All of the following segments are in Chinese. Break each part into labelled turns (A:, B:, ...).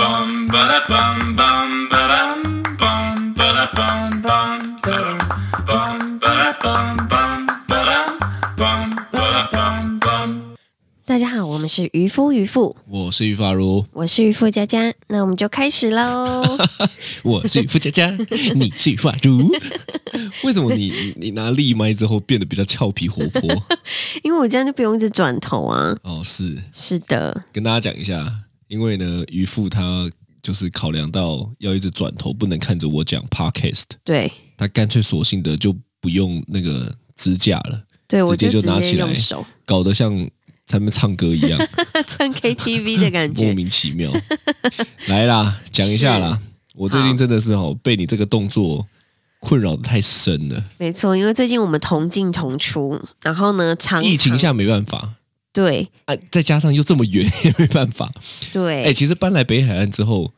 A: bum ba da bum bum ba dum bum ba da bum bum ba dum bum ba da bum bum ba dum bum ba da bum bum.
B: 大家好，我们是渔夫渔妇，
C: 我是于法如，
B: 我是渔夫佳佳，那我们就开始喽。
C: 我是付佳佳，你是于法如。为什么你你拿立麦之后变得比较俏皮活泼？
B: 因为我这样就不用一直转头啊。
C: 哦，是
B: 是的，
C: 跟大家讲一下，因为呢，渔父他就是考量到要一直转头，不能看着我讲 podcast，
B: 对
C: 他干脆索性的就不用那个支架了，
B: 对，我
C: 直接
B: 直
C: 就拿
B: 接
C: 起来
B: 用手
C: 搞得像他们唱歌一样，
B: 唱 KTV 的感
C: 莫
B: 觉。
C: 名其妙。来啦，讲一下啦，我最近真的是哦，被你这个动作困扰的太深了。
B: 没错，因为最近我们同进同出，然后呢，常
C: 疫情
B: 常
C: 下没办法
B: 对
C: 啊，再加上又这么远，也没办法。
B: 对、
C: 哎、其实搬来北海岸之后，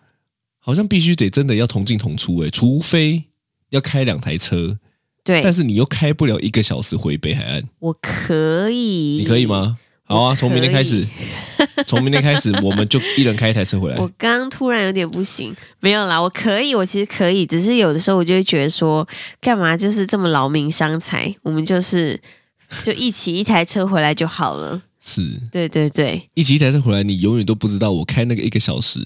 C: 好像必须得真的要同进同出哎、除非要开两台车，但
B: 对，
C: 是你又开不了一个小时回北海岸，
B: 我可以，
C: 你可以？吗？好
B: 我
C: 啊，
B: 可以
C: 从明天开始，从明天开始，我们就一人开一台车回来
B: 我。刚刚突然有点不行，没有啦，我可以，我其实可以，只是有的时候我就会觉得说，干嘛就是这么劳民伤财？我们就是就一起一台车回来就好了。
C: 是
B: 对对对，
C: 一起一台车回来，你永远都不知道我开那个一个小时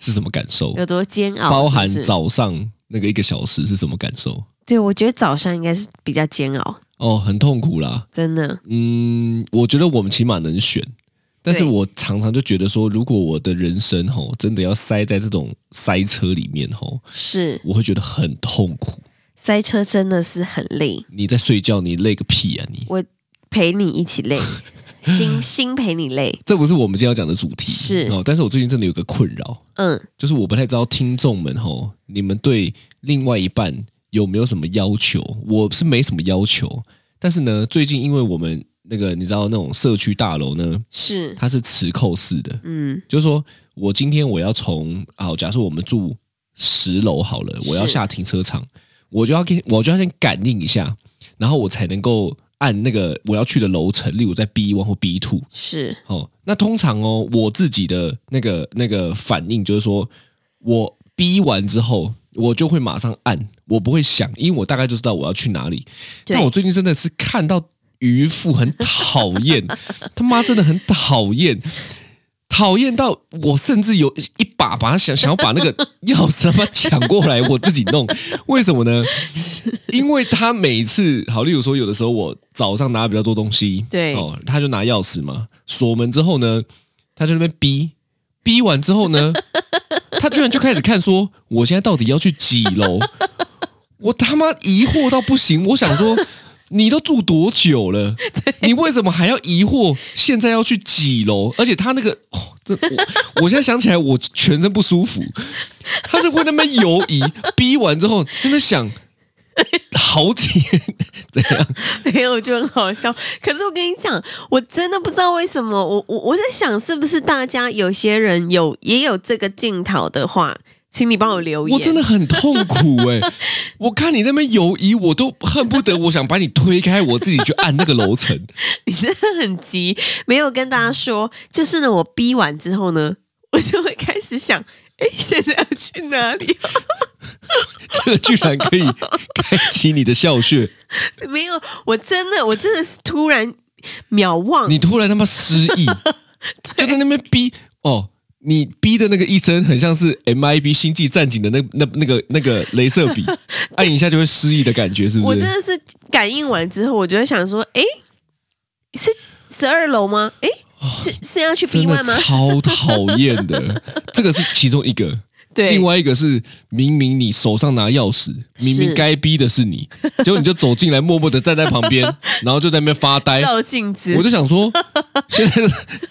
C: 是什么感受，
B: 有多煎熬，
C: 包含
B: 是不是
C: 早上那个一个小时是什么感受。
B: 对，我觉得早上应该是比较煎熬，
C: 哦，很痛苦啦。
B: 真的。
C: 嗯，我觉得我们起码能选，但是
B: 对
C: 我常常就觉得说，如果我的人生吼真的要塞在这种塞车里面吼，
B: 是
C: 我会觉得很痛苦。
B: 塞车真的是很累，
C: 你在睡觉，你累个屁啊你！
B: 我陪你一起累， 心心陪你累。
C: 这不是我们今天要讲的主题，
B: 是
C: 哦。但是我最近真的有个困扰，
B: 嗯，
C: 就是我不太知道听众们吼，你们对另外一半有没有什么要求？我是没什么要求，但是呢，最近因为我们那个你知道那种社区大楼呢，
B: 是，
C: 它是磁扣式的，
B: 嗯，
C: 就是说我今天我要从好，假设我们住十楼好了，
B: 是
C: 我要下停车场，我就要跟我就要先感应一下，然后我才能够按那个我要去的楼层，例如在 B one 或 B two。
B: 是
C: 哦，那通常哦，我自己的那个那个反应就是说，我逼完之后，我就会马上按，我不会想，因为我大概就知道我要去哪里。
B: 对
C: 但我最近真的是看到渔夫很讨厌， 他妈真的很讨厌。讨厌到我，甚至有一把把他想想要把那个钥匙他妈抢过来，我自己弄。为什么呢？因为他每次好，例如说，有的时候我早上拿比较多东西，
B: 对
C: 哦，他就拿钥匙嘛，锁门之后呢，他就在那边逼，逼完之后呢，他居然就开始看说，我现在到底要去几楼？我他妈疑惑到不行，我想说。你都住多久了？你为什么还要疑惑？现在要去几楼？而且他那个，哦、这我我 现在想起来，我全身不舒服。他是会那边犹疑，逼完之后那边想好几怎样？
B: 没有，就很好笑。可是我跟你讲，我真的不知道为什么，我我我在想，是不是大家有些人有也有这个镜头的话，请你帮我留言。
C: 我真的很痛苦哎、我看你那边犹疑，我都恨不得我想把你推开，我自己去按那个楼层。
B: 你真的很急，没有跟大家说。就是呢，我逼完之后呢，我就会开始想，哎，现在要去哪里？
C: 这个居然可以开启你的笑穴，
B: 没有，我真的，我真的是突然秒忘。
C: 你突然他妈失 忆，就在那边逼哦。你逼的那个医生很像是 MIB 星际战警的那那那个那个镭射 笔，按一下就会失忆的感觉，是不
B: 我
C: 是
B: 真？的是感应完之后，我就会想说，哎，是十二楼吗？哎，是是要去 B
C: 哦
B: one
C: 真的
B: 吗？
C: 超讨厌 的，这个是其中一个。
B: 对，
C: 另外一个是，明明你手上拿钥匙，明明该逼的是你，结果你就走进来，默默的站在旁 边，然后就在那边发呆。
B: 照镜子，
C: 我就想说，现在是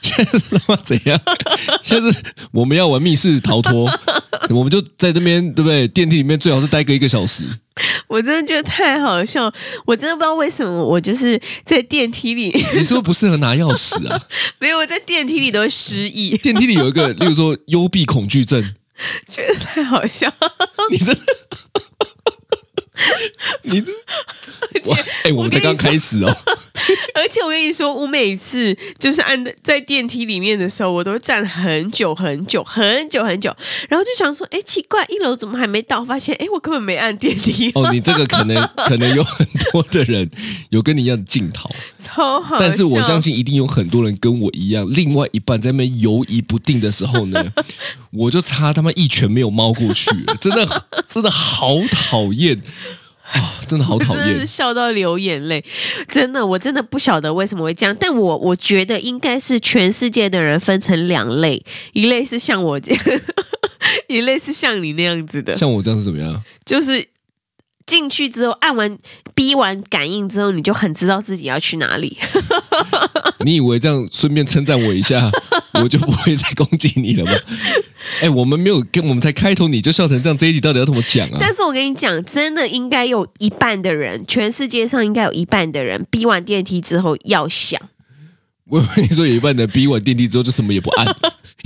C: 现在是他妈怎样？现在是我们要玩密室逃脱，我们就在这边，对不对？电梯里面最好是待个一个小时。
B: 我真的觉得太好笑，我真的不知道为什么我就是在电梯里，
C: 你是不是不适合拿钥匙啊？
B: 没有我在电梯里都会失忆，
C: 电梯里有一个，例如说幽闭恐惧症，
B: 觉得太好笑，
C: 你真的，你这哇，哎，我们才
B: 我跟
C: 刚
B: 你说
C: 开始哦。
B: 而且我跟你说，我每次就是按在电梯里面的时候，我都站很久很久很久很久，然后就想说，哎，奇怪，一楼怎么还没到？发现，哎，我根本没按电梯，
C: 哦，你这个可能可能有很多的人有跟你一样的镜头，
B: 超好笑。
C: 但是我相信一定有很多人跟我一样，另外一半在那边犹疑不定的时候 呢，我就差他妈一拳没有猫过去了，真的真的好讨厌啊，真的好讨
B: 我真的是
C: 厌。
B: 笑到流眼泪，真的，我真的不晓得为什么会这样，但我我觉得应该是全世界的人分成两类，一类是像我这样， 一类是像你那样子的，
C: 像我这样是怎么样？
B: 就是进去之后按完、逼完感应之后，你就很知道自己要去哪里。
C: 啊你以为这样顺便称赞我一 下，我就不会再攻击你了吗？哎、我们没有跟我们才开头你就笑成这样，这一集到底要怎么讲啊？
B: 但是我跟你讲，真的应该有一半的人，全世界上应该有一半的人逼完电梯之后要想，
C: 我跟你说，有一半的逼完电梯之后就什么 也不按，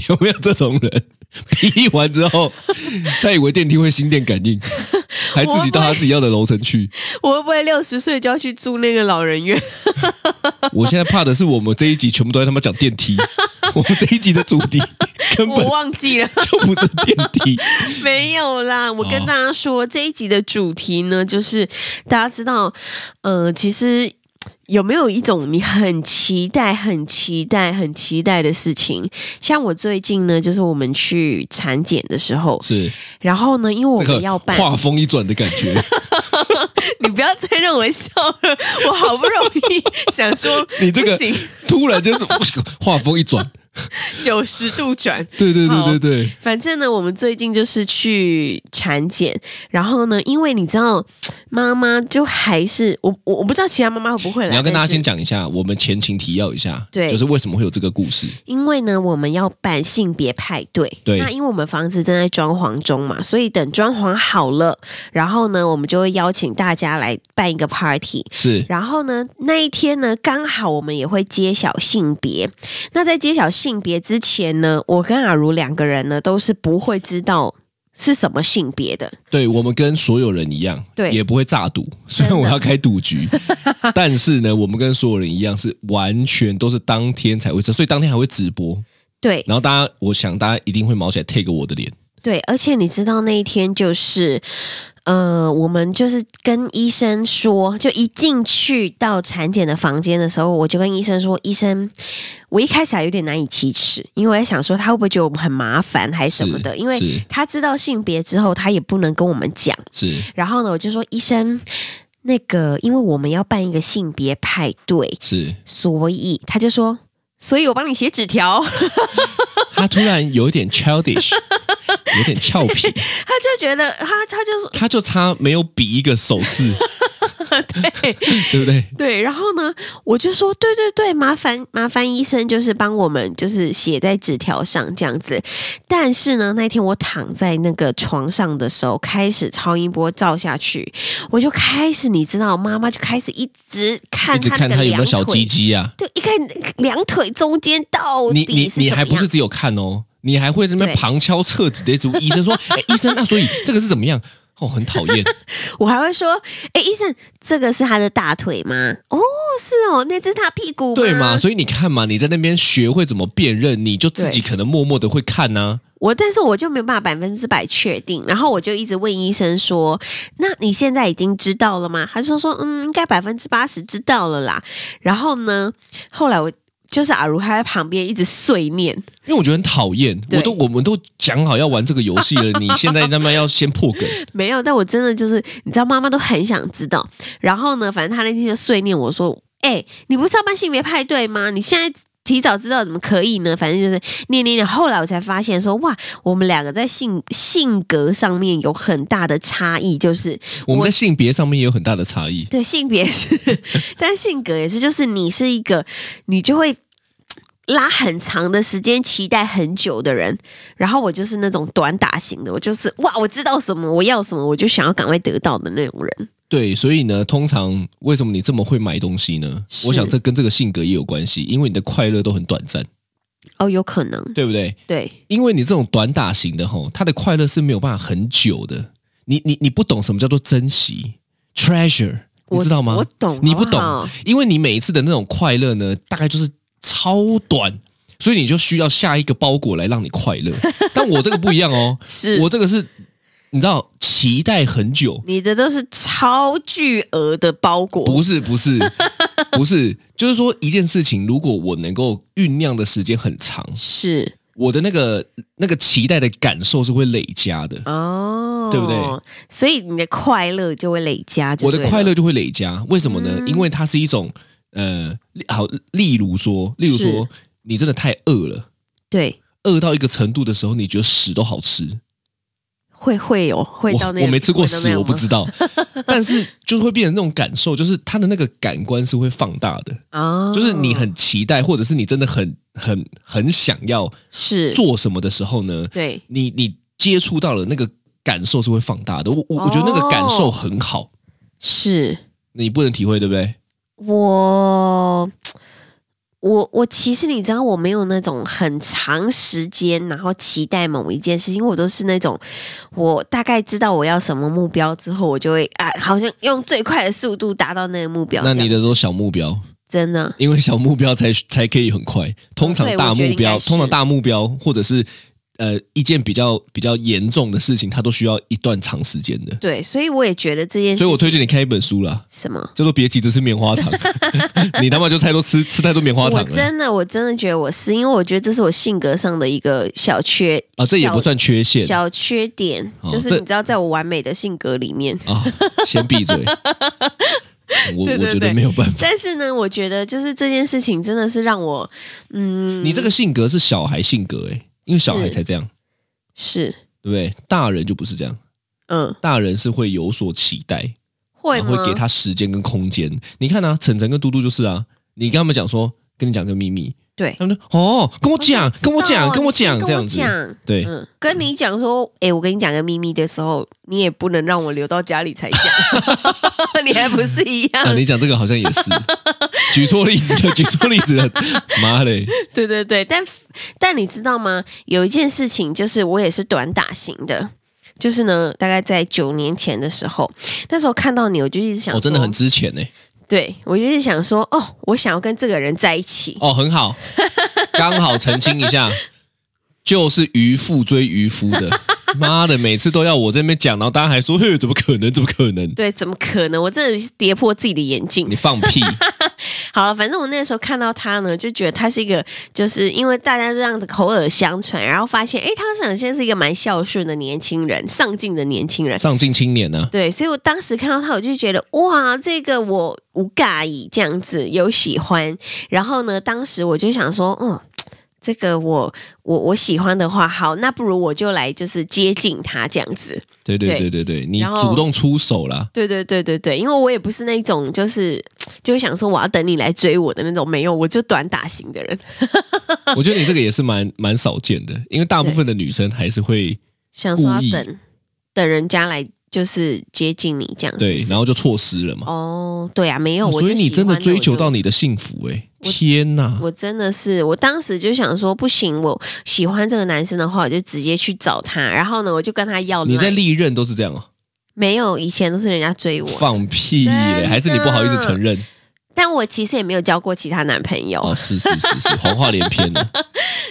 C: 有没有这种人？逼完之后，他以为电梯会心电感 应，还自己到他自己要的楼层去。
B: 我会不会六十岁就要去住那个老人院？
C: 我现在怕的是，我们这一集全部都在他妈讲 电梯，我们这一集的主题根
B: 我
C: 本
B: 忘记了。
C: 就不是电 梯。
B: 没有啦，我
C: 哦
B: 跟大家说，这一集的主题呢，就是大家知道，呃，其实有没有一种你很期待、很期待、很期待的事情？像我最近呢，就是我们去产检的时候，
C: 是
B: 然后呢，因为我
C: 这个
B: 们要办，
C: 画风一转的感觉，
B: 你不要再让我笑了，我好不容易想说，
C: 你这个
B: 不行，
C: 突然就是画风一转，
B: 九十度转，
C: 对对
B: 好
C: 对对对，
B: 反正呢，我们最近就是去产检，然后呢，因为你知道，妈妈就还是我我我不知道其他妈妈会不会来，
C: 你要跟大家先
B: 但是
C: 讲一下，我们前情提要一下，
B: 对
C: 就是为什么会有这个故事。
B: 因为呢，我们要办性别派对，
C: 对
B: 那因为我们房子正在装潢中嘛，所以等装潢好了，然后呢，我们就会邀请大家来办一个 party，
C: 是
B: 然后呢，那一天呢，刚好我们也会揭晓性别。那在揭晓性别之前呢，我跟阿如两个人呢都是不会知道是什么性别的。
C: 对我们跟所有人一样，
B: 对
C: 也不会诈赌。虽然我要开 赌局，但是呢，我们跟所有人一样，是完全都是当天才会知道，所以当天还会直播。
B: 对
C: 然后大家，我想大家一定会毛起来 take 我的脸。
B: 对，而且你知道那一天就是。呃，我们就是跟医生说，就一进去到产检的房间的时候，我就跟医生说，医生，我一开始还有点难以启齿，因为我在想说他会不会觉得我们很麻烦还是什么的，
C: 是
B: 因为
C: 是
B: 他知道性别之后，他也不能跟我们讲。
C: 是
B: 然后呢，我就说医生，那个因为我们要办一个性别派对，
C: 是，
B: 所以他就说，所以我帮你写纸条，
C: 他突然有一点 childish，有点俏皮，
B: 他就觉得他他就说
C: 他就差没有比一个手势，
B: 对
C: 对不对？
B: 对，然后呢，我就说对对对，麻烦麻烦医生就是帮我们就是写在纸条上这样子。但是呢，那天我躺在那个床上的时候，开始超音波照下去，我就开始你知道，妈妈就开始一直看
C: 一直
B: 他
C: 看
B: 的
C: 他有没有
B: 两
C: 小
B: 腿
C: 鸡鸡啊？
B: 就一看两腿中间到底
C: 你你
B: 是
C: 你
B: 怎
C: 还
B: 么
C: 不是
B: 样
C: 只有看哦，你还会这边
B: 对
C: 旁敲侧击的，读医生说：“哎，医生，那所以这个是怎么样？”哦，很讨厌。
B: 我还会说，哎、医生，这个是他的大腿吗？哦，是哦，那这是他屁股吗？
C: 对嘛？所以你看嘛，你在那边学会怎么辨认，你就自己
B: 对
C: 可能默默的会看啊呐、
B: 我但是我就没有办法百分之百确定，然后我就一直问医生说，那你现在已经知道了吗？他就说，嗯，应该百分之八十知道了啦。然后呢，后来我就是阿如还在旁边一直碎念，
C: 因为我觉得很讨厌，
B: 对
C: 我都我们都讲好要玩这个游戏 了，你现在他妈要先破梗，
B: 没有，但我真的就是，你知道，妈妈都很想知道。然后呢，反正她那天就碎念我说：“哎、你不是要办性别派对吗？你现在提早知道怎么可以呢？”反正就是念念念。后来我才发现说，哇，我们两个在性性格上面有很大的差异，就是
C: 我们在性别上面也有很大的差异。
B: 对性别是，但性格也是，就是你是一个，你就会。拉很长的时间，期待很久的人，然后我就是那种短打型的，我就是哇，我知道什么，我要什么，我就想要赶快得到的那种人。
C: 对，所以呢，通常为什么你这么会买东西呢？
B: 是
C: 我想这跟这个性格也有关系，因为你的快乐都很短暂，
B: 哦，有可能，
C: 对不对？
B: 对
C: 因为你这种短打型的吼，他的快乐是没有办法很久的。你你你不懂什么叫做珍惜 treasure，你知道吗？
B: 我懂，啊哦
C: 你不懂
B: 好好
C: 因为你每一次的那种快乐呢，大概就是超短，所以你就需要下一个包裹来让你快 乐。但我这个不一样哦，
B: 是
C: 我这个是你知道期待很久，
B: 你的都是超巨额的包裹，
C: 不是 不是不是，就是说一件事情，如果我能够酝酿的时间很长，
B: 是
C: 我的那个那个期待的感受是会累加的。
B: 哦，
C: 对不对？
B: 所以你的快乐就会累加就
C: 我
B: 对
C: 的
B: 了，
C: 快乐就会累加，为什么呢？
B: 嗯
C: 因为它是一种呃，例好，例如说，例如说，你真的太饿了，
B: 对，
C: 饿到一个程度的时候，你觉得屎都好吃。
B: 会会有会到
C: 我
B: 那
C: 我没吃过
B: 屎，
C: 屎，我不知道， 但是就会变成那种感受，就是它的那个感官是会放大的，
B: 哦，
C: 就是你很期待，或者是你真的很很很想要
B: 是
C: 做什么的时候呢，
B: 对
C: 你你接触到了那个感受是会放大的。我我我觉得那个感
B: 哦
C: 受很好，
B: 是
C: 你不能体会，对
B: 哦
C: 不对？
B: 我。我我其实你知道我没有那种很长时间，然后期待某一件事情，我都是那种我大概知道我要什么目标之后，我就会啊，好像用最快的速度达到那个目标这
C: 那
B: 样。
C: 你的都小目标，
B: 真的
C: 因为小目标才才可以很快。通常
B: 对
C: 大
B: 我觉得
C: 目
B: 应该
C: 标，
B: 是
C: 通常大目标或者是呃一件比较比较严重的事情，它都需要一段长时间的。
B: 对，所以我也觉得这件事情，
C: 所以我推荐你看一本书啦，
B: 什么？
C: 叫做《别急着吃棉花 糖》，你他妈就太多吃吃太多棉花
B: 我
C: 糖了
B: 真的，我真的觉得我是，因为我觉得这是我性格上的一个小缺
C: 啊！这也
B: 小
C: 不算缺陷啊、
B: 小缺点，
C: 哦
B: 就是
C: 这
B: 你知道，在我完美的性格里面，
C: 啊先 闭嘴。我
B: 对对
C: 我觉得
B: 对
C: 没有办法，
B: 但是呢，我觉得就是这件事情真的是让我，嗯，
C: 你这个性格是小孩性格哎、因为小孩
B: 是
C: 才这样，
B: 是
C: 对不对？大人就不是这样，
B: 嗯
C: 大人是会有所期待，
B: 会
C: 然
B: 吗？
C: 后哦会给他时间跟空间。你看啊，晨晨跟嘟嘟就是啊，你跟他们讲说，跟你讲个秘密，
B: 对。
C: 他们就哦，跟我讲，跟我讲，
B: 哦
C: 跟我
B: 你先
C: 讲，
B: 跟
C: 这样子，
B: 讲
C: 对，
B: 嗯，跟你讲说，哎、我跟你讲个秘密的时候，你也不能让我留到家里才讲， 你还不是一 样？
C: 啊，你讲这个好像也是举错例子了，举错例子了，妈嘞！
B: 对对对，但但你知道吗？有一件事情就是我也是短打型的，就是呢，大概在九年前的时候，那时候看到你，我就一直想说，
C: 我、哦真的很值钱呢、欸
B: 对我就是想说，哦，我想要跟这个人在一起，
C: 哦，很好，刚好澄清一下，就是渔夫追渔夫的，妈的，每次都要我这边讲，然后大家还说，嘿，怎么可能？怎么可能？
B: 对，怎么可能？我真的是跌破自己的眼镜
C: 你。放屁！
B: 好了，反正我那时候看到他呢，就觉得他是一个，就是因为大家这样子口耳相传，然后发现，哎，他好像是一个蛮孝顺的年轻人，上进的年轻人。
C: 上进青年啊呢、
B: 对，所以我当时看到他，我就觉得哇，这个我无尬意这样子有喜欢。然后呢，当时我就想说，嗯，这个我我我喜欢的话，好，那不如我就来就是接近他这样子。
C: 对对对
B: 对
C: 对对，你
B: 然后
C: 主动出手啦。
B: 对对对对对，因为我也不是那种就是就会想说我要等你来追我的那种，没有，我就短打型的人，
C: 我觉得你这个也是蛮蛮少见的，因为大部分的女生还是会
B: 想说要
C: 故意
B: 等等人家来就是接近你这样子
C: 对，
B: 是。
C: 然后就错失了嘛。
B: 哦，对啊，没有，我
C: 所以
B: 就
C: 你
B: 喜
C: 真的
B: 欢
C: 追
B: 我
C: 求
B: 就
C: 到你的幸福哎、
B: 我
C: 天哪！
B: 我真的是，我当时就想说，不行，我喜欢这个男生的话，我就直接去找他。然后呢，我就跟他要 line。
C: 你在历任都是这样哦、
B: 没有？以前都是人家追我，
C: 放屁嘞，
B: 真
C: 还是你不好意思
B: 的
C: 承认
B: 但我其实也没有交过其他男朋友。
C: 哦？是是 是是，谎话连篇啊的。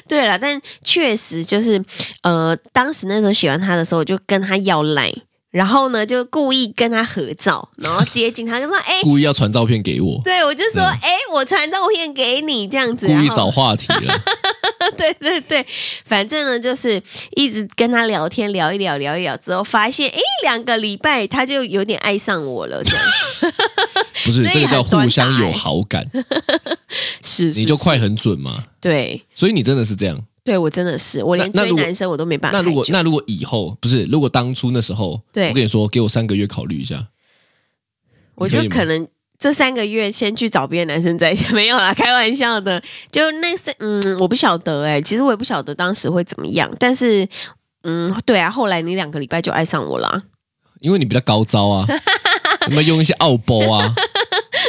B: 对了，但确实就是，呃，当时那时候喜欢他的时候，我就跟他要 line，然后呢，就故意跟他合照，然后接近他，就说，哎、
C: 故意要传照片给我，
B: 对我就说，
C: 嗯
B: 哎、我传照片给你这样子，
C: 故意
B: 然后
C: 找话题 了。
B: 对对对，反正呢，就是一直跟他聊天，聊一聊，聊一聊之后，发现诶，两个礼拜他就有点爱上我了， 这样
C: 不是
B: 所以
C: 这个叫
B: 很短
C: 互相
B: 打
C: 有
B: 欸
C: 好感，
B: 是是
C: 你就是快很准嘛。
B: 对
C: 所以你真的是这样。
B: 对，我真的是，我连
C: 那那
B: 追
C: 如果
B: 男生我都啊没办法
C: 那
B: 太久。
C: 如果那如果以后不是，如果当初那时候，
B: 对
C: 我跟你说，给我三个月考虑一下。
B: 我
C: 可以
B: 就
C: 吗
B: 可能这三个月先去找别的男生在一起， 没有啦，开玩笑的。就那三，嗯，我不晓得哎、其实我也不晓得当时会怎么样，但是。嗯，对啊，后来你两个礼拜就爱上我了啊、
C: 因为你比较高 招啊，有没有用一些奥包啊？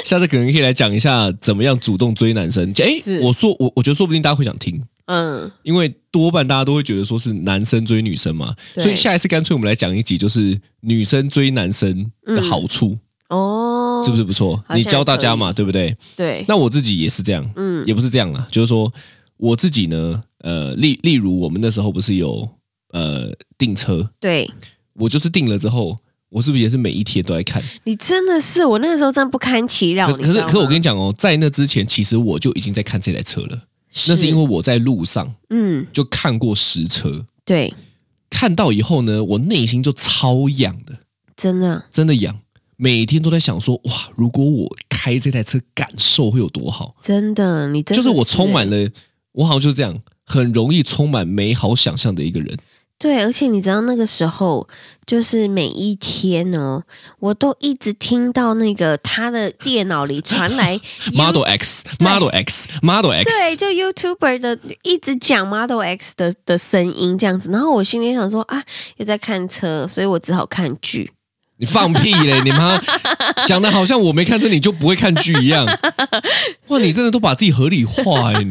C: 下次可能可以来讲一下怎么样主动追男生。哎、
B: 是
C: 我说我我觉得说不定大家会想听，
B: 嗯，
C: 因为多半大家都会觉得说是男生追女生嘛，
B: 对
C: 所以下一次干脆我们来讲一集，就是女生追男生的好处，
B: 哦，
C: 是不是？不错？
B: 好像
C: 你教大家嘛，对不对？
B: 对，
C: 那我自己也是这样，
B: 嗯
C: 也不是这样啦，就是说我自己呢，呃，例例如我们那时候不是有呃订车，
B: 对，
C: 我就是订了之后，我是不是也是每一天都在看？
B: 你真的是我那个时候真不堪其扰，
C: 可
B: 你
C: 是可
B: 知
C: 是
B: 道
C: 可是我
B: 吗
C: 跟你讲哦，在那之前，其实我就已经在看这台车了，那是因为我在路上
B: 嗯，
C: 就看过实车，
B: 对，
C: 看到以后呢，我内心就超痒的，
B: 真的
C: 真的痒。每天都在想说，哇，如果我开这台车，感受会有多好？
B: 真的，你真
C: 就
B: 的
C: 是
B: 是
C: 我充满了，我好像就是这样，很容易充满美好想象的一个人。
B: 对，而且你知道那个时候，就是每一天哦，我都一直听到那个他的电脑里传 来
C: Model X, Model X, Model X，
B: 对，就 YouTuber 的一直讲 Model X 的的声音这样子，然后我心里想说啊，又在看车，所以我只好看剧。
C: 你放屁嘞！你妈讲的好像我没看这，你就不会看剧 一样。哇，你真的都把自己合理化哎、你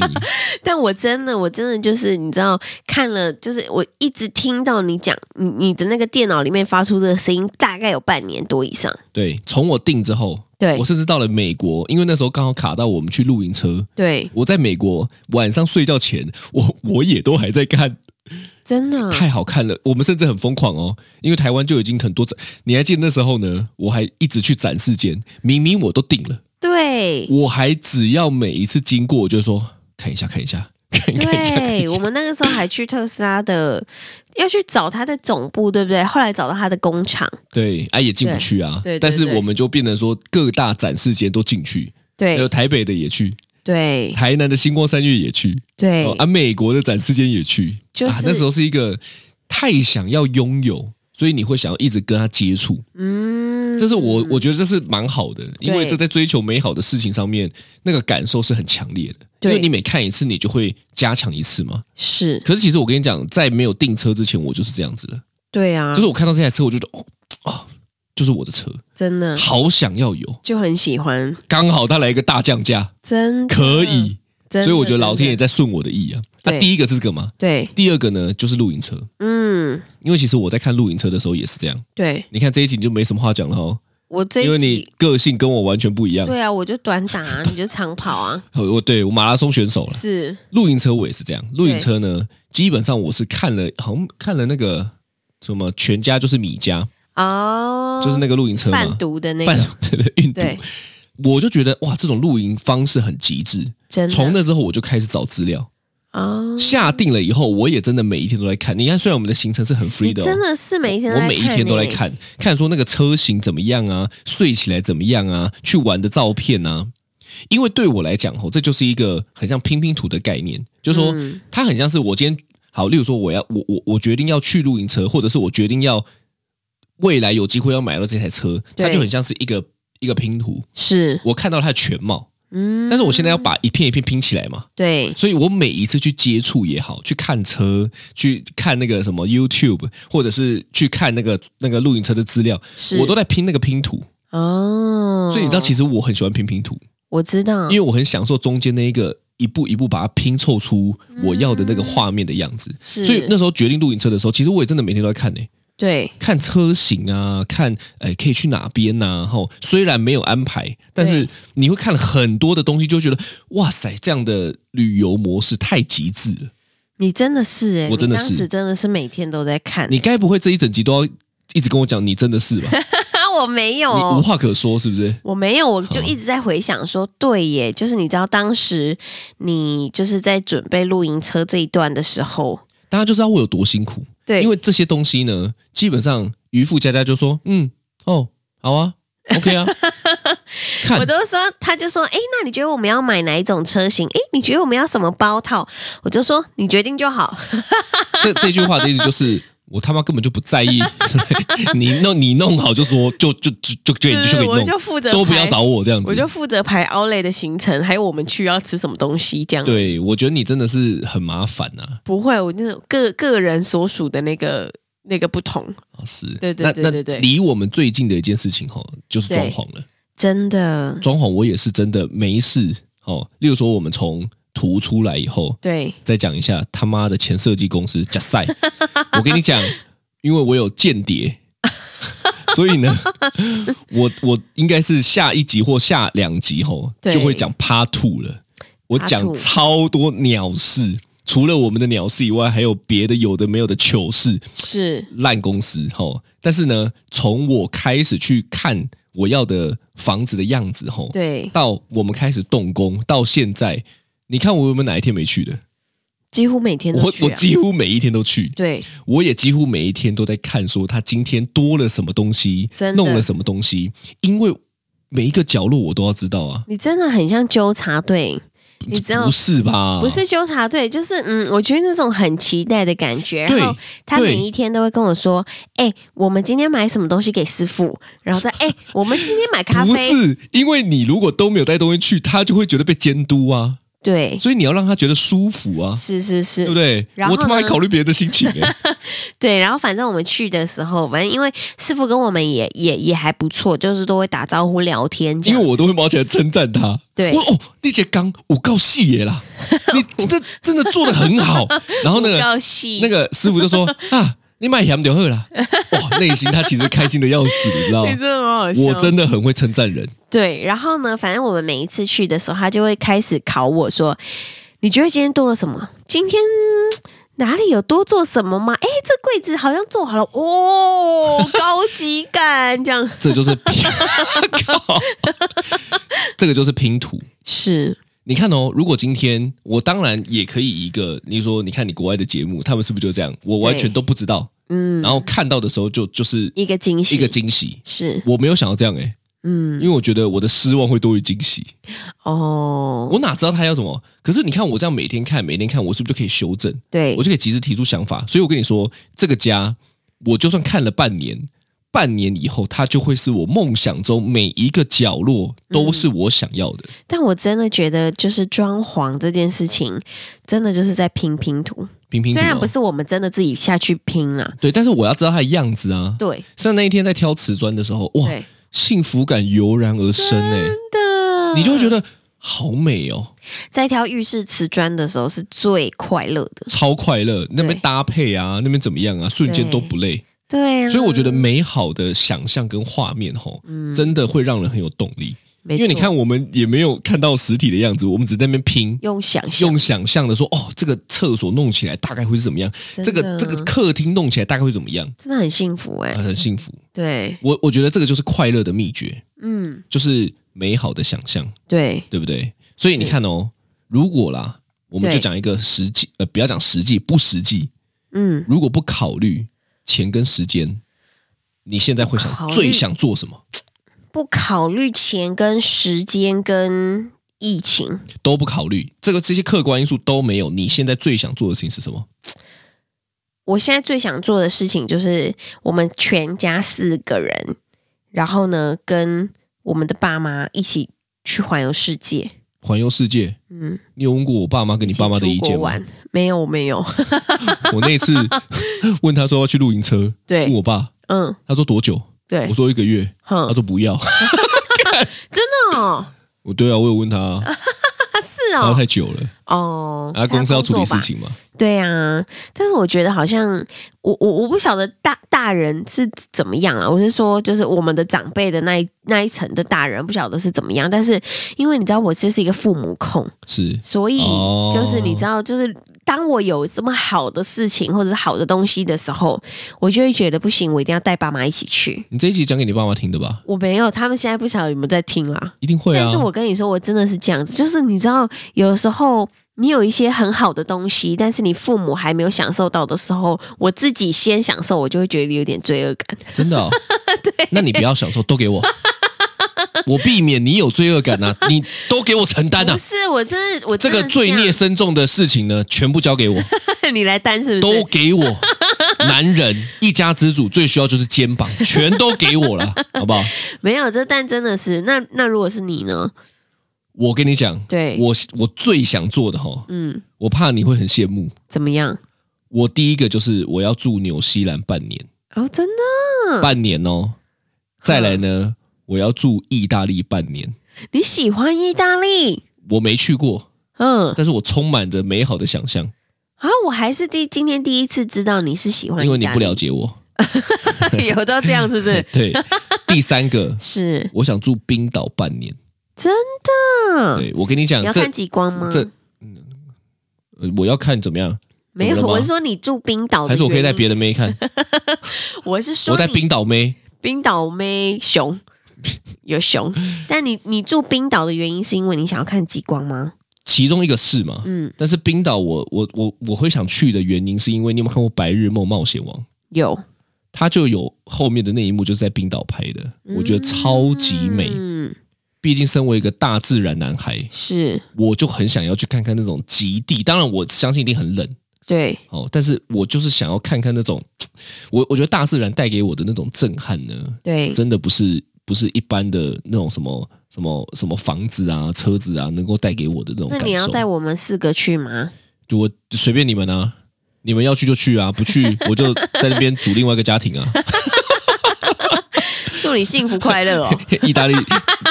B: 但我真的，我真的就是你知道，看了就是我一直听到你讲，你你的那个电脑里面发出这个声音，大概有半年多以上。
C: 对，从我定之后，
B: 对
C: 我甚至到了美国，因为那时候刚好卡到我们去露营车。
B: 对，
C: 我在美国晚上睡觉前，我我也都还在看，
B: 真的
C: 太好看了。我们甚至很疯狂哦，因为台湾就已经很多展，你还记得那时候呢？我还一直去展示间，明明我都定了，
B: 对。
C: 我还只要每一次经过，我就说看一下，看一下， 看一下看一下，看一
B: 对，
C: 下
B: 我们那个时候还去特斯拉的，要去找他的总部，对不对？后来找到他的工厂，
C: 对，啊也进不
B: 对
C: 去啊。
B: 对对
C: 但是
B: 对
C: 我们就变成说各大展示间都进去，还
B: 对
C: 有台北的也去，
B: 对
C: 台南的星光三月也去，
B: 对
C: 哦，啊美国的展示间也去，
B: 就是
C: 啊那时候是一个太想要拥有，所以你会想要一直跟他接触，
B: 嗯，
C: 这是我我觉得这是蛮好的，因为
B: 对
C: 这在追求美好的事情上面，那个感受是很强烈的。因
B: 对
C: 为你每看一次，你就会加强一次嘛。
B: 是
C: 可是其实我跟你讲，在没有订车之前，我就是这样子的，
B: 对啊，
C: 就是我看到这台车，我就觉得哦哦，就是我的车，
B: 真的
C: 好想要有。
B: 就很喜欢，
C: 刚好他来一个大降价，
B: 真的
C: 可以，，
B: 嗯真的
C: 所以我觉得老天
B: 真
C: 也
B: 的
C: 在顺我的意啊。那、
B: 对
C: 第一个是这个嘛，
B: 对，
C: 第二个呢就是露营车，
B: 嗯，
C: 因为其实我在看露营车的时候也是这样。
B: 对
C: 你看这一集你就没什么话讲了哦，
B: 我这
C: 因为
B: 一
C: 你
B: 集。
C: 个性跟我完全不一样。
B: 对啊，我就短打、 啊，你就长跑啊，
C: 呃我对我马拉松选手了，
B: 是
C: 露营车我也是这样。露营车呢，基本上我是看了，好像看了那个什么全家就是米家，
B: 哦，
C: 就是那个露营车嘛
B: 贩，毒的那
C: 贩
B: 个，
C: 对运动
B: 对。，
C: 我就觉得哇，这种露营方式很极致。
B: 真的
C: 从那之后，我就开始找资料，
B: 哦，
C: 下定了以后，我也真的每一天都在看。你看，虽然我们的行程是很 free
B: 你
C: 的、哦，
B: 真的是每一天
C: 我
B: 都在
C: 每一天都在
B: 欸，
C: 看，看说那个车型怎么样啊，睡起来怎么样啊，去玩的照片啊。因为对我来讲，吼，这就是一个很像拼拼图的概念，就是说、
B: 嗯
C: 它很像是我今天好，例如说我要我我我决定要去露营车，或者是我决定要未来有机会要买到这台车，它
B: 对
C: 就很像是一个一个拼图。
B: 是，
C: 我看到它的全貌，
B: 嗯，
C: 但是我现在要把一片一片拼起来嘛，
B: 对
C: 所以我每一次去接触也好，去看车，去看那个什么 YouTube，或者是去看那个那个露营车的资料，
B: 是，
C: 我都在拼那个拼图。
B: 哦，
C: 所以你知道，其实我很喜欢拼拼图，
B: 我知道，
C: 因为我很享受中间那一个一步一步把它拼凑出我要的那个画面的样子。
B: 是
C: 所以那时候决定露营车的时候，其实我也真的每天都在看呢、
B: 对
C: 看车型啊，看哎可以去哪边呐、啊，吼，虽然没有安排，但是
B: 对
C: 你会看了很多的东西，就会觉得哇塞，这样的旅游模式太极致了。
B: 你真的是哎、
C: 我真的是
B: 你当时真的是每天都在看，
C: 你该不会这一整集都要一直跟我讲你真的是吧？
B: 我没有
C: 你无话可说是不是？
B: 我没有，我就一直在回想说，对耶，就是你知道当时你就是在准备露营车这一段的时候，
C: 大家就知道我有多辛苦，
B: 对，
C: 因为这些东西呢，基本上渔夫佳佳就说，嗯，哦，好啊，OK 啊， 看
B: 我都说，他就说，哎，那你觉得我们要买哪一种车型？哎，你觉得我们要什么包套？我就说你决定就好，
C: 这这句话的意思就是。我他妈根本就不在意， 你弄你弄好就说就就就就就你就给你
B: 我就
C: 弄，
B: 负责
C: 都不要
B: 排
C: 找我这样子。
B: 我就负责排 o u l e 的行程，还有我们去要吃什么东西这样。，
C: 对，我觉得你真的是很麻烦啊呐、
B: 不会，我就是个个人所属的那个那个不同，
C: 啊，是。
B: 对对
C: 那
B: 对对对
C: 那离我们最近的一件事情哈，就是装
B: 对
C: 潢了。
B: 真的，
C: 装潢我也是真的没事哦。例如说，我们从图出来以后，
B: 对
C: 再讲一下他妈的前设计公司假赛。我跟你讲，因为我有间谍， 所以呢，我我应该是下一集或下两集吼，
B: 对
C: 就会讲趴兔了。我
B: Part
C: 讲
B: two
C: 超多鸟事，除了我们的鸟事以外，还有别的有的没有的糗事，
B: 是
C: 烂公司吼。但是呢，从我开始去看我要的房子的样子吼，
B: 对，
C: 到我们开始动工到现在，你看我有没有哪一天没去的？
B: 几乎每天都
C: 我
B: 去、啊、
C: 我几乎每一天都去，
B: 对
C: 我也几乎每一天都在看，说他今天多了什么东西
B: 真，的
C: 弄了什么东西，因为每一个角落我都要知道啊。
B: 你真的很像纠察队，你知道
C: 不是啊吧？
B: 不是纠察队，就是嗯，我觉得那种很期待的感觉。
C: 对
B: 然后他
C: 对
B: 每一天都会跟我说：“哎、我们今天买什么东西给师傅？”然后再哎、我们今天买咖
C: 不
B: 啡。
C: 是，因为你如果都没有带东西去，他就会觉得被监督啊，
B: 对，
C: 所以你要让他觉得舒服啊，
B: 是是是，
C: 对不对？
B: 然后
C: 我
B: 呢
C: 他妈还考虑别人的心情、欸，
B: 对，然后反正我们去的时候，反正因为师傅跟我们也也也还不错，就是都会打招呼聊天这
C: 因
B: 样。
C: 为我都会毛起来称赞他。
B: 对
C: 我哦，那节刚我告细耶 啦，你真的真的做的很好。然后呢，
B: 要细
C: 那个师傅 就说啊，你卖盐就好啦。哇，内心他其实开心的要死，你知道吗？
B: 的好好
C: 哦我真的很会称赞人，
B: 对，然后呢，反正我们每一次去的时候，他就会开始考我说：“你觉得今天多了什么？今天嗯哪里有多做什么吗？”哎，这柜子好像做好了哦，高级感，这 样
C: 这就是拼， 靠，这个就是拼图。
B: 是
C: 你看哦，如果今天我当然也可以一个，你说你看你国外的节目，他们是不是就这样？我完全都不知道，
B: 嗯
C: 然后看到的时候就就是
B: 一个惊喜，
C: 一个惊喜。
B: 是
C: 我没有想要这样诶、因
B: 嗯
C: 为我觉得我的失望会多于惊喜。
B: 哦，
C: 我哪知道他要什么？可是你看我这样每天看，每天看，我是不是就可以修正？
B: 对
C: 我，就可以及时提出想法。所以我跟你说，这个家我就算看了半年，半年以后它就会是我梦想中每一个角落
B: 嗯
C: 都是我想要的。
B: 但我真的觉得就是装潢这件事情，真的就是在拼拼图，
C: 平平、哦、
B: 虽然不是我们真的自己下去拼啦，
C: 对，但是我要知道它的样子啊。
B: 对
C: 像那一天在挑瓷砖的时候，哇，
B: 对，
C: 幸福感油然而生哎、
B: 真的，
C: 你就会觉得好美哦，
B: 在挑浴室瓷砖的时候是最快乐的。
C: 超快乐。那边搭配啊，那边怎么样啊，瞬间
B: 对
C: 都不累。
B: 对啊，
C: 所以我觉得美好的想象跟画面吼，真的会让人很有动力。
B: 嗯没错，
C: 因为你看，我们也没有看到实体的样子，我们只在那边拼，
B: 用想象，
C: 用想象的说，哦，这个厕所弄起来大概会是怎么样？
B: 真
C: 这
B: 的
C: 个这个客厅弄起来大概会怎么样？
B: 真的很幸福哎、
C: 啊很幸福。
B: 对，
C: 我我觉得这个就是快乐的秘诀，
B: 嗯，
C: 就是美好的想象，
B: 对，
C: 对不对？所以你
B: 是
C: 看哦，如果啦，我们
B: 对
C: 就讲一个实际，呃，不要讲实际，不实际。
B: 嗯，
C: 如果不考虑钱跟时间，你现在会
B: 考
C: 想
B: 虑
C: 最想做什么？
B: 不考虑钱跟时间跟疫情，
C: 都不考虑，这个这些客观因素都没有，你现在最想做的事情是什么？
B: 我现在最想做的事情就是我们全家四个人，然后呢，跟我们的爸妈一起去环游世界。
C: 环游世界。
B: 嗯，
C: 你有问过我爸妈跟你爸妈的意
B: 一起出
C: 见
B: 国
C: 吗？
B: 玩没有没有，
C: 我那次问他说要去露营车，
B: 对
C: 问我爸，
B: 嗯，
C: 他说多久？
B: 对嗯
C: 我，说一个月，
B: 哼
C: 他，说不要。
B: 真的哦，
C: 我对啊，我有问他啊，
B: 啊是
C: 他说
B: 哦，
C: 太久了，
B: 哦，
C: 啊，公司要处理
B: 工作吧
C: 事情嘛。
B: 对啊，但是我觉得好像我我我不晓得大大人是怎么样啊，我是说就是我们的长辈的那一那一层的大人不晓得是怎么样，但是因为你知道我就是一个父母控，
C: 是，
B: 所以
C: 哦
B: 就是你知道就是。当我有这么好的事情或者是好的东西的时候，我就会觉得不行，我一定要带爸妈一起去。
C: 你这一集讲给你爸妈听的吧？
B: 我没有，他们现在不晓得有没有在听啦、
C: 一定会啊
B: 但是。我跟你说，我真的是这样子，就是你知道，有时候你有一些很好的东西，但是你父母还没有享受到的时候，我自己先享受，我就会觉得有点罪恶感。
C: 真的、哦，那你不要享受，都给我，我避免你有罪恶感呐、啊，你都给我承担呐、
B: 不
C: 啊。
B: 是，我真的，我
C: 这
B: 真的
C: 个
B: 是
C: 罪
B: 样
C: 孽，深重的事情呢，全部交给我，
B: 你来担是不是
C: 都？给 我。男人一家之主最需要就是肩膀，全都给我 了，好不好？
B: 没有，这但真的是，那那如果是你呢？
C: 我跟你讲，
B: 对
C: 我我最想做的哈，
B: 嗯，
C: 我怕你会很羡慕。
B: 怎么样？
C: 我第一个就是我要住纽西兰半年，
B: 哦，真的，
C: 半年
B: 嗯
C: 哦。再来呢，我要住意大利半年，
B: 你喜欢意大利？
C: 我没去过，
B: 嗯
C: 但是我充满着美好的想象，
B: 啊，我还是第今天第一次知道你是喜欢意大利，
C: 因为你不了解我。
B: 有都这样是不 是？
C: 对，第三个，
B: 是
C: 我想住冰岛半年。
B: 真的。
C: 对我跟你讲
B: 嗯你，要
C: 这
B: 看极光吗？
C: 这、嗯，我要看怎么样？
B: 没
C: 怎
B: 有，
C: 么了吗
B: 我是说你住冰哦岛的嗯
C: 还是我可以带
B: 原因
C: 别的妹看？
B: 我是说
C: 我带
B: 你
C: 冰岛妹。
B: 冰岛妹 熊有熊，但你你住冰岛的原因是因为你想要看极光吗？
C: 其中一个是嘛，
B: 嗯，
C: 但是冰岛我我我我会想去的原因，是因为你有没有看过《白日梦冒险王》？
B: 有，
C: 它就有后面的那一幕就是在冰岛拍的，我觉得超级美。
B: 嗯，
C: 毕竟身为一个大自然男孩，
B: 是
C: 我就很想要去看看那种极地。当然，我相信一定很冷
B: 对，
C: 哦，但是我就是想要看看那种，我我觉得大自然带给我的那种震撼呢，
B: 对，
C: 真的不是不是一般的那种什么什么什么房子啊、车子啊能够带给我的那种
B: 那
C: 感受。
B: 你要带我们四个去吗？
C: 我随便你们啊，你们要去就去啊，不 去我就在那边组另外一个家庭啊，
B: 祝你幸福快 乐哦！
C: 意大利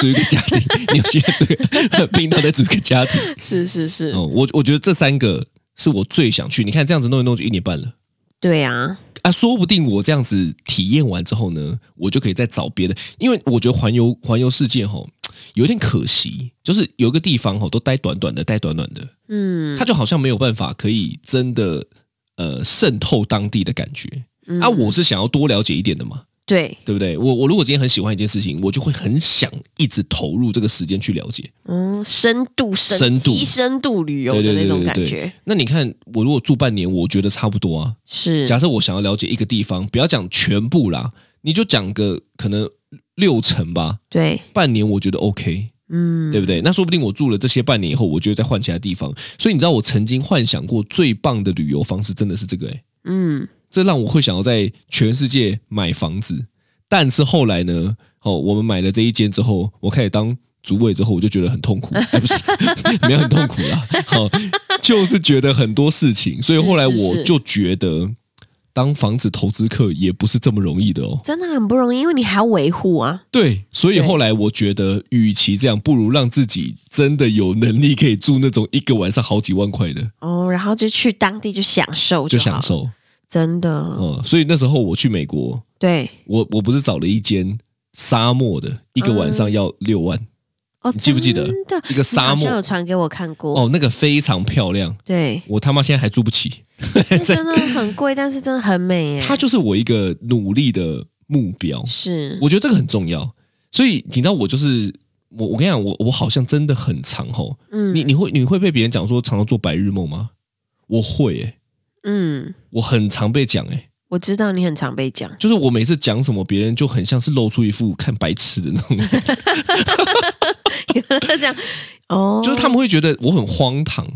C: 组一个家庭， 纽西兰组一个， 冰岛再组一个家庭。
B: 是是是，
C: 哦，我我觉得这三个是我最想去。你看这样子弄一弄就一年半了
B: 对啊，
C: 啊，说不定我这样子体验完之后呢，我就可以再找别的，因为我觉得环游环游世界吼、有点可惜，就是有一个地方吼、都待短短的，待短短的，
B: 嗯
C: 它就好像没有办法可以真的呃渗透当地的感觉。
B: 嗯
C: 啊，我是想要多了解一点的嘛，
B: 对，
C: 对不对？我我如果今天很喜欢一件事情，我就会很想一直投入这个时间去了解。
B: 嗯，深度深
C: 深度
B: 极深度旅游
C: 对
B: 的
C: 对
B: 那
C: 对
B: 种
C: 对
B: 感
C: 对
B: 觉
C: 那你看，我如果住半年，我觉得差不多啊。
B: 是
C: 假设我想要了解一个地方，不要讲全部啦，你就讲个可能六成吧。
B: 对，
C: 半年我觉得 OK，
B: 嗯，
C: 对不对？那说不定我住了这些半年以后，我就会再换其他地方。所以你知道，我曾经幻想过最棒的旅游方式，真的是这个诶、
B: 嗯，
C: 这让我会想要在全世界买房子。但是后来呢，哦，我们买了这一间之后，我开始当主委之后，我就觉得很 痛苦，哎、不是 没有很痛苦啦，好、就是觉得很多事情，所以后来
B: 是是
C: 我就觉得当房子投资客也不是这么容易的哦。
B: 真的很不容易，因为你还要维护啊，
C: 对，所以
B: 对
C: 后来我觉得，与其这样，不如让自己真的有能力可以住那种一个晚上好几万块的，
B: 哦，然后就去当地就享受
C: 就
B: 好
C: 享，受。
B: 真的，
C: 嗯，所以那时候我去美国，
B: 对，
C: 我我不是找了一间沙漠的，一个晚上要六万，
B: 哦，
C: 你记不记得
B: 真的
C: 一个沙
B: 你好像
C: 漠
B: 有传给我看过，
C: 哦，那个非常漂亮，，
B: 对
C: 我他妈现在还住不起。
B: 那 真的很贵，但是真的很美耶，
C: 它就是我一个努力的目标，
B: 是
C: 我觉得这个很重要。所以你知道我就是我，我跟你讲，我我好像真的很长吼，
B: 嗯
C: 你你会你会被别人讲说常常做白日梦吗？我会、欸，
B: 嗯，
C: 我很常被讲、欸，
B: 我知道你很常被讲，
C: 就是我每次讲什么，别人就很像是露出一副看白痴的那种
B: 哦
C: 感觉，
B: 这样哦，
C: 就是他，们会觉得我很荒唐，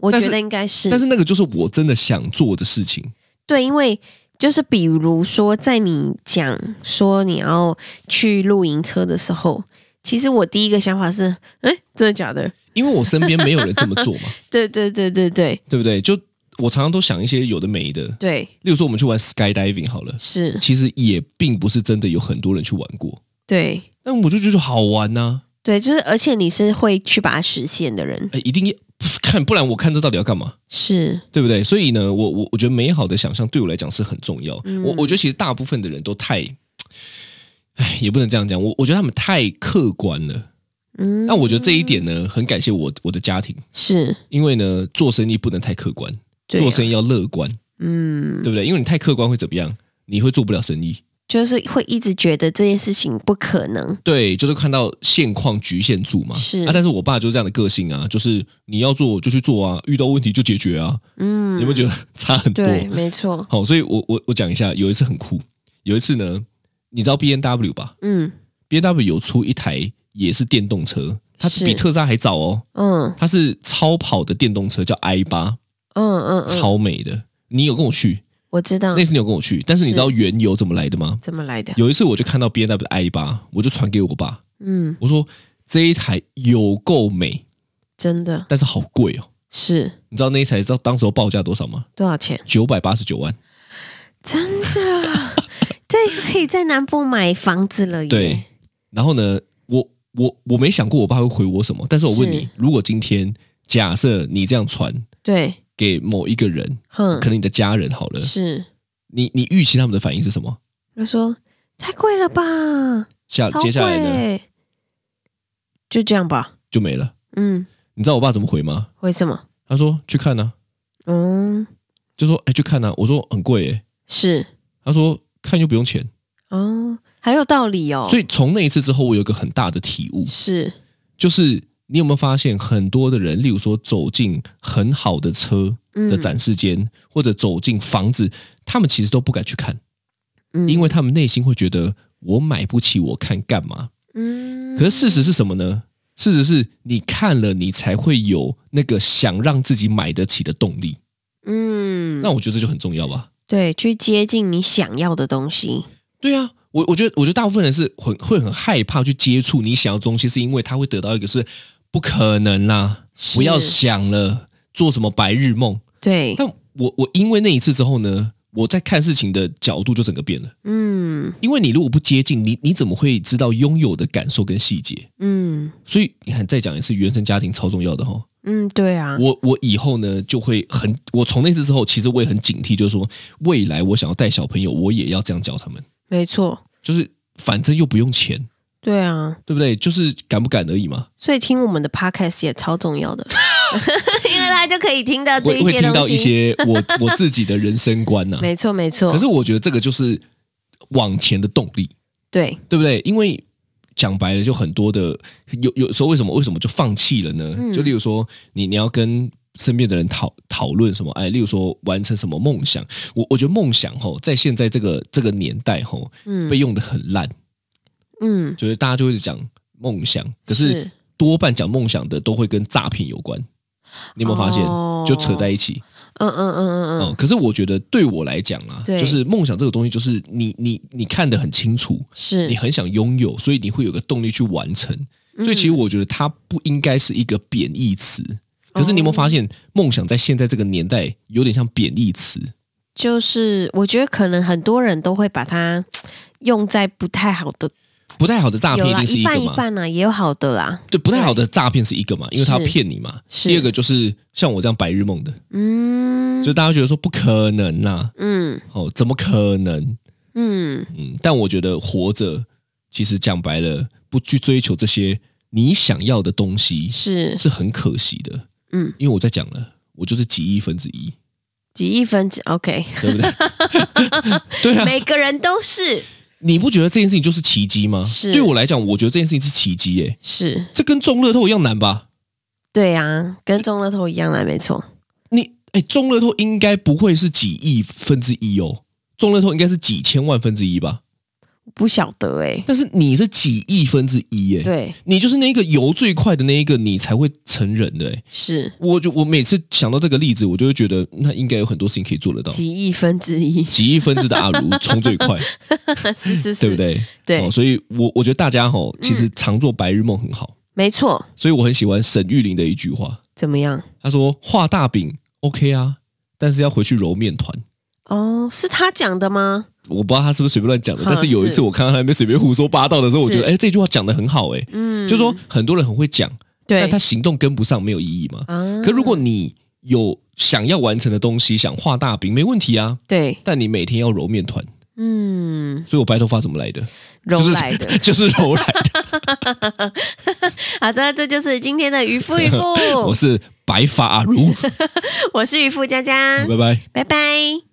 B: 我
C: 但
B: 觉
C: 是
B: 得应该是，
C: 但是那个就是我真的想做的事情。
B: 对，因为就是比如说，在你讲说你要去露营车的时候，其实我第一个想法是，哎，真的假的？
C: 因为我身边没有人这么做嘛，
B: 对对对对对
C: 对不对？就我常常都想一些有的没的，
B: 对，
C: 例如说我们去玩 skydiving 好了，
B: 是，
C: 其实也并不是真的有很多人去玩过，
B: 对
C: 但我就觉得好玩呐、
B: 对，就是而且你是会去把它实现的人，
C: 哎，一定要不是看，不然我看这到底要干嘛？
B: 是
C: 对不对？所以呢，我我我觉得美好的想象对我来讲是很重要。
B: 嗯
C: 我我觉得其实大部分的人都太，哎，也不能这样讲。我我觉得他们太客观了。
B: 嗯
C: 那我觉得这一点呢，很感谢我我的家庭，
B: 是，
C: 因为呢，做生意不能太客观，
B: 对啊
C: 做生意要乐观，
B: 嗯，
C: 对不对？因为你太客观会怎么样？你会做不了生意。
B: 就是会一直觉得这件事情不可能，
C: 对，就是看到现况局限住嘛。
B: 是
C: 啊，但是我爸就是这样的个性啊，就是你要做就去做啊，遇到问题就解决啊。
B: 嗯，
C: 有没有觉得差很多？
B: 对，没错，
C: 好，所以我我我讲一下，有一次很酷，有一次呢，你知道 B N W 吧
B: 嗯
C: ？B N W 有出一台也是电动车，它
B: 是
C: 比特斯拉还早哦，
B: 嗯
C: 它是超跑的电动车，叫 i 八，
B: 嗯嗯嗯，
C: 超美的。你有跟我去，
B: 我知道
C: 那次你有跟我去，但是你知道原油怎么来的吗？
B: 怎么来的，
C: 有一次我就看到 B N W 的 i 八，我就传给我爸，
B: 嗯，
C: 我说这一台有够美，
B: 真的
C: 但是好贵哦。
B: 是
C: 你知道那一台知道当时候报价多少吗？
B: 多少钱？
C: 九百八十九万。
B: 真的，这可以在南部买房子了耶，
C: 对，然后呢，我我我没想过我爸会回我什么，但是我问
B: 是
C: 你，如果今天假设你这样传
B: 对，
C: 给某一个人，
B: 哼
C: 嗯可，能你的家人好了，
B: 是
C: 你你预期他们的反应是什么？
B: 我说太贵了吧，
C: 下
B: 超
C: 啊接下来呢
B: 贵，就这样吧。
C: 就没了。
B: 嗯，
C: 你知道我爸怎么回吗？
B: 为什么？
C: 他说去看呐、
B: 嗯，
C: 就说哎、去看呐、我说很贵耶、
B: 是
C: 他说看又不用钱。
B: 哦，还有道理哦。
C: 所以从那一次之后，我有一个很大的体悟，
B: 是
C: 就是你有没有发现很多的人，例如说走进很好的车的
B: 嗯
C: 展示间，或者走进房子，他们其实都不敢去看，
B: 嗯
C: 因为他们内心会觉得我买不起，我看干嘛？
B: 嗯，
C: 可是事实是什么呢？事实是你看了，你才会有那个想让自己买得起的动力。
B: 嗯，
C: 那我觉得这就很重要吧。
B: 对，去接近你想要的东西。
C: 对啊，我我觉得我觉得大部分人是很会很害怕去接触你想要的东西，是因为他会得到一个是不可能啦，
B: 是
C: 不要想了，做什么白日梦。
B: 对，
C: 但我我因为那一次之后呢，我在看事情的角度就整个变了。
B: 嗯
C: 因为你如果不接近，你你怎么会知道拥有的感受跟细节？
B: 嗯
C: 所以你看，再讲一次，原生家庭超重要的哈、哦。
B: 嗯，对啊，
C: 我我以后呢就会很，我从那次之后，其实我也很警惕，就是说未来我想要带小朋友，我也要这样教他们，
B: 没错，
C: 就是反正又不用钱，
B: 对啊。
C: 对不对？就是敢不敢而已嘛。
B: 所以听我们的 podcast 也超重要的， 因为他就可以听到啊这
C: 会
B: 一
C: 会
B: 些
C: 听
B: 东
C: 到一
B: 西。
C: 些我我自己的人生观呐、
B: 没错，没错。
C: 可是我觉得这个就是往前的动力，
B: 对，
C: 对不对？因为讲白了，就很多的有有时候为什么为什么就放弃了呢？
B: 嗯
C: 就例如说，你你要跟身边的人讨讨论什么？哎，例如说完成什么梦想？我我觉得梦想吼，在现在这个这个年代吼，
B: 嗯
C: 被用的很烂，
B: 嗯，
C: 就是大家就会讲梦想，可是
B: 是
C: 多半讲梦想的都会跟诈骗有关。你有没有发现，
B: 哦
C: 就扯在一起？
B: 嗯嗯嗯
C: 嗯
B: 嗯嗯，
C: 可是我觉得对我来讲啊，
B: 对
C: 就是梦想这个东西，就是你你你看得很清楚，
B: 是嗯
C: 你很想拥有，所以你会有个动力去完成。所以其实我觉得它不应该是一个贬义词。
B: 哦
C: 可是你有没有发现，梦想在现在这个年代有点像贬义词？
B: 就是我觉得可能很多人都会把它用在不太好的，
C: 不太好的诈
B: 有
C: 骗一
B: 啦
C: 定是
B: 一
C: 个
B: 半一
C: 嘛？
B: 半啊，也有好的啦。
C: 对，不太好的诈骗是一个嘛，因为他要
B: 是
C: 骗你嘛。
B: 是
C: 第二个就是像我这样白日梦的，
B: 嗯
C: 就大家觉得说不可能呐、
B: 嗯
C: 哦，怎么可能？
B: 嗯，
C: 嗯，但我觉得活着，其实讲白了，不去追求这些你想要的东西
B: 是
C: 是很可惜的。
B: 嗯，
C: 因为我在讲了，我就是几亿分之一，
B: 几亿分之 OK，
C: 对 不对？对啊，
B: 每个人都是
C: 你不觉得这件事情就是奇迹吗？
B: 是
C: 对我来讲，我觉得这件事情是奇迹耶、
B: 是，
C: 这跟中乐透一样难吧？
B: 对啊，跟中乐透一样啦，没错。
C: 你哎，中乐透应该不会是几亿分之一哦，中乐透应该是几千万分之一吧？
B: 不晓得哎、
C: 但是你是几亿分之一耶、
B: 对，
C: 你就是那个游最快的那一个，你才会成人的、欸。
B: 是
C: 我就我每次想到这个例子，我就会觉得那应该有很多事情可以做得到。
B: 几亿分之一，
C: 几亿分之的阿如冲最快，
B: 是是是，
C: 对不？对？
B: 对嗯
C: 哦所以我我觉得大家吼、其实常做白日梦很好，
B: 没错。
C: 所以我很喜欢沈玉琳的一句话，
B: 怎么样？
C: 她说：“画大饼 OK 啊，但是要回去揉面团。”
B: 哦，是他讲的吗？
C: 我不知道她是不是随便乱讲的，
B: 哈
C: 但是有一
B: 是
C: 次我看到她在那边随便胡说八道的时候，我觉得
B: 是
C: 哎，这句话讲的很好哎、
B: 嗯，
C: 就是说很多人很会讲，
B: 对
C: 但他行动跟不上没有意义嘛。
B: 啊，
C: 可如果你有想要完成的东西，想画大饼没问题啊，
B: 对，
C: 但你每天要揉面团，
B: 嗯，
C: 所以我白头发怎么来的？
B: 揉来的。
C: 就是就是揉来的。
B: 好的，这就是今天的渔夫渔
C: 我
B: 夫，
C: 是白发阿如，
B: 我是渔夫佳佳，
C: 拜拜。
B: 拜拜。